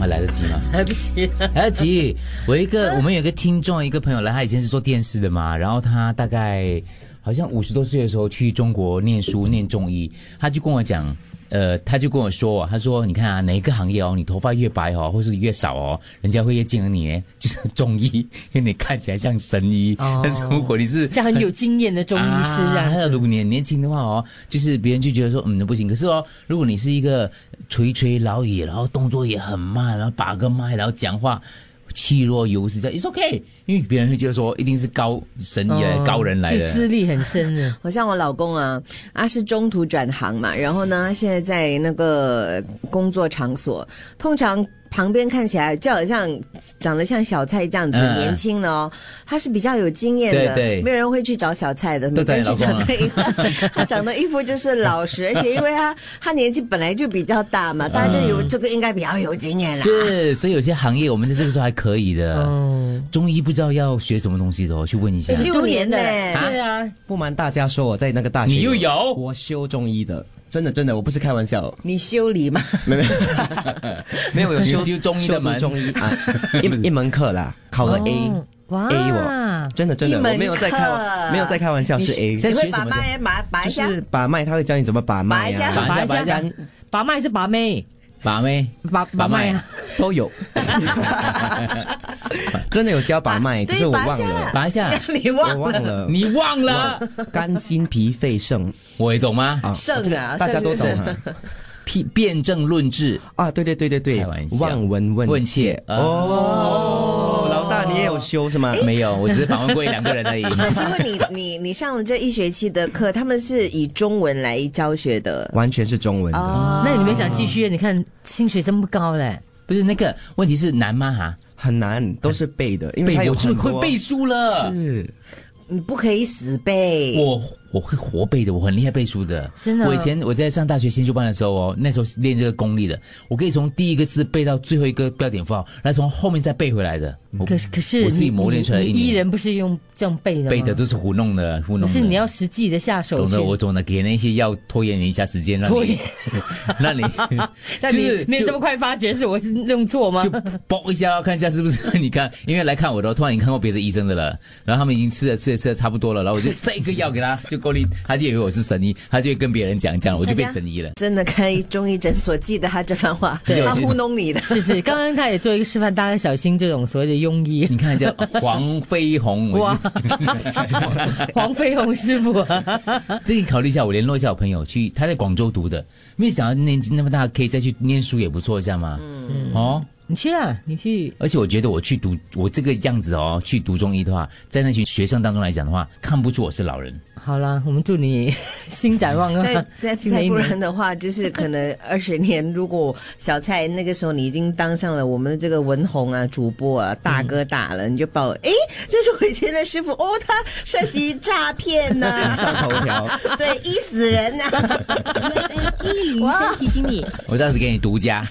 还来得及吗？ 来不及了。来得及。我一个，我们有一个听众，一个朋友来，他以前是做电视的嘛，然后他大概好像五十多岁的时候去中国念书，念中医，他就跟我讲。呃，他就跟我说，他说，你看啊，哪一个行业哦，你头发越白哦，或是越少哦，人家会越敬仰你耶，就是中医，因为你看起来像神医。哦 但是如果你是这样很有经验的中医师这样啊，还有子如果你很年轻的话哦，就是别人就觉得说嗯不行。可是哦，如果你是一个垂垂老矣，然后动作也很慢，然后把个脉，然后讲话气若游丝这样，it's okay，因为别人会觉得说一定是高神医来、哦啊高人来就的。资历很 深的。我像我老公啊，他是中途转行嘛，然后呢，他现在在那个工作场所，通常旁边看起来就好像长得像小蔡这样子、嗯年轻的哦，他是比较有经验的，对对没有人会去找小蔡的，都每个找你人去老公找啊对方， 他长得一副就是老 实，而且因为他他年纪本来就比较大嘛，大家就有这个应该比较有经验啦。嗯是，所以有些行业我们在这个时候还可以的。啊嗯，中医不知道要学什么东西的哦，去问一下。六年呢对啊，不瞒大家说，我在那个大学你又有我修中医的，真的真的，我不是开玩 笑，你修理嘛？没有没有没有你修修中医的门修读中医啊， 一一门课啦，考了 A，、哦哇 A 我真的真的一门我没有在开玩课没有在开玩笑是 A，在你学会什把么的？脉把把就一下，是把脉，他会教你怎么把脉把一啊，下拔一下，拔拔一一下下，拔脉是拔妹，拔妹。拔拔脉啊，都有，真的有教把啊脉，只是我忘对拔一下了，拔一下， 你我忘忘 了。你忘 了？肝心脾肺肾我也懂吗？啊，肾啊这个大家都懂啊辩辩证论治，啊，对对对对对开玩，笑望闻问问切啊哦，老大你也有修是吗？没有，我只是访问过一两个人 而已。 那请问你，你你上了这一学期的课，他们是以中文来教学的完全是中文的，啊哦，那你们想继续？你看薪水真不高嘞，不是那个问题是难吗？哈，很难，都是背的，嗯因为背它有我就很会多背书了。是你不可以死背。我我会活背的，我很厉害背书的。真的我以前我在上大学先修班的时候哦，那时候练这个功力的，我可以从第一个字背到最后一个标点符号，然后从后面再背回来的。我嗯可是可是我自己你磨练出来的你一你年医人不是用这样背的吗背的都是糊弄的，糊弄可的。是你要实际的下手懂去得，我懂得，给那些要拖延你一下时间，让拖你延 让你，但就你是没有就这么快发觉是我是弄错吗就？包一下，看一下是不是？ 你看，因为来看我的，突然你看过别的医生的了，然后他们已经吃了吃了吃了差不多了，然后我就再一个药给他，就够力，他就以为我是神医，他就会跟别人讲讲，我就变神医了。真的开中医诊所，记得他这番 话，对他我就糊弄你的。 是是，刚刚他也做一个示范，大家小心这种所谓的庸 医。你看一下黄飞鸿，我哇是， 黄飞鸿师傅啊， 自己考虑一下，我联络一下我朋友去，他在广州读的，没想到年纪那么大可以再去念书也不错一下嘛。嗯，哦，你去啊，你去。而且我觉得我去读我这个样子哦，去读中医的话，在那群学生当中来讲的话，看不出我是老人。好啦，我们祝你 新展望再啊！ 再新的再一不年然的话，就是可能二十年，如果小蔡那个时候你已经当上了我们的这个文红啊、主播啊、大哥大了，你就报诶，这是我以前的师傅哦，他涉及诈骗呐、上头条，对，医死人呐、啊一零三提醒你，我当时给你独家，